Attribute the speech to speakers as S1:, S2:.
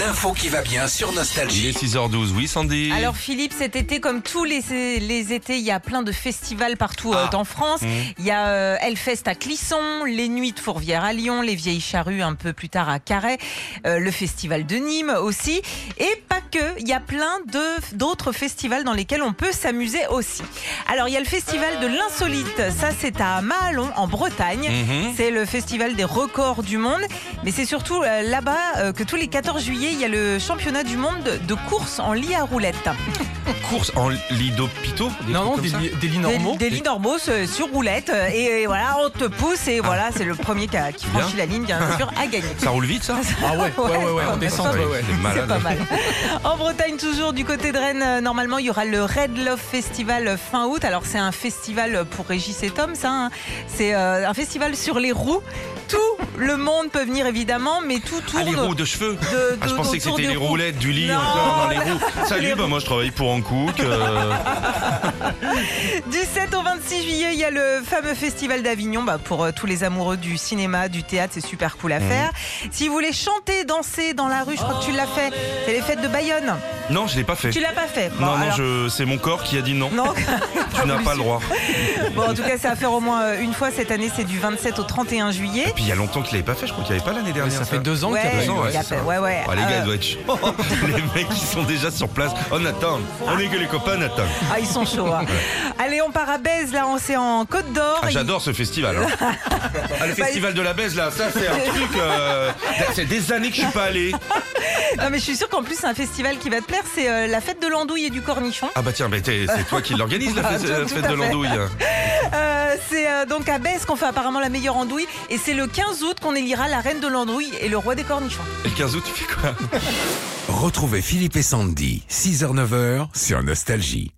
S1: L'info qui va bien sur
S2: Il
S1: Nostalgie.
S2: est 6h12, oui Sandy
S3: Alors Philippe, cet été, comme tous les, les étés, il y a plein de festivals partout euh, en France. Il y a euh, Hellfest à Clisson, les Nuits de Fourvière à Lyon, les Vieilles Charrues un peu plus tard à Carhaix, euh, le Festival de Nîmes aussi. Et pas que, il y a plein de- d'autres festivals dans lesquels on peut s'amuser aussi. Alors il y a le Festival de l'Insolite, ça c'est à Mahalon en Bretagne.
S2: Mhm.
S3: C'est le festival des records du monde, mais c'est surtout euh, là-bas euh, que tous les 14 juillet, il y a le championnat du monde de- de course en lit à roulettes.
S2: Course en lit d'hôpitaux des
S4: Non, non,
S2: trucs
S4: des,
S2: comme ça
S4: li- des lits
S3: Des,
S4: normaux.
S3: des lits normaux euh, sur roulette euh, et, euh, voilà, on te pousse et voilà, c'est le premier qui, a- qui
S2: Ah. Bien.
S3: franchit la ligne, bien sûr, à gagner.
S2: Ça roule vite ça
S4: Ah ouais, ouais, ouais, ouais,
S3: Ouais,
S4: en descente,
S3: ouais,
S4: ouais, ouais.
S2: C'est malade.
S3: C'est pas mal. En Bretagne, toujours du côté de Rennes, euh, normalement, il y aura le Red Love Festival euh, fin août. Alors, c'est un festival pour Régis et Tom, ça. hein. C'est euh, un festival sur les roues. Tout le monde peut venir, évidemment, mais tout
S2: Ah,
S3: tourne.
S2: les roues de cheveux
S3: de-
S2: Ah, je
S3: de-
S2: pensais que
S3: autour
S2: c'était
S3: des
S2: les
S3: roues.
S2: roulettes du lit
S3: Non,
S2: encore dans les
S3: là,
S2: roues. Salut, bah, moi je travaille pour Hankook. euh,
S3: Du 7 au 26 juillet, il y a le fameux festival d'Avignon bah, pour euh, tous les amoureux du cinéma, du théâtre, c'est super cool à
S2: Mhm.
S3: faire. Si vous voulez chanter, danser dans la rue, je crois que tu l'as fait. C'est les fêtes de Bayonne.
S2: Non, je l'ai pas fait.
S3: Tu l'as pas fait. Bon,
S2: Non, non,
S3: alors-
S2: je... c'est mon corps qui a dit non.
S3: Non.
S2: tu n'as pas le droit.
S3: Bon, en tout cas, c'est à faire au moins euh, une fois cette année. C'est du 27 au 31 juillet.
S2: Puis il y a longtemps que je l'avais pas fait, je crois qu'il n'y avait pas l'année
S4: Mais
S2: dernière.
S4: ça fait deux ans
S3: Ouais,
S4: qu'il y a
S2: deux ans, ouais,
S3: il y a
S2: c'est
S3: pas-
S2: ça.
S3: ouais, ouais.
S2: Oh, les gars,
S3: Euh,
S2: ils doivent être chauds. Les mecs, ils sont déjà sur place. On attend.
S4: Ah.
S2: On est que les copains, on attend.
S3: ah, ils sont chauds. hein. Allez, on part à Bèze, là, on s'est en Côte d'Or.
S2: Ah, J'adore ce festival. hein. Ah,
S3: Bah,
S2: le festival de la baise, là, ça, c'est un truc. euh, c'est des années que je suis pas allé.
S3: Il- Non, mais je suis sûre qu'en plus, c'est un festival qui va te plaire. C'est euh, la fête de l'andouille et du cornichon.
S2: Ah, bah tiens, mais t'es- c'est toi qui l'organise, la
S3: Ah,
S2: fête,
S3: tout-
S2: la
S3: tout
S2: fête
S3: à
S2: de
S3: fait.
S2: l'andouille.
S3: Euh, c'est euh, donc à Bèze qu'on fait apparemment la meilleure andouille. Et c'est le 15 août qu'on élira la reine de l'andouille et le roi des cornichons.
S2: Et le 15 août, tu fais quoi
S1: Retrouvez Philippe et Sandy, 6h-9h sur Nostalgie.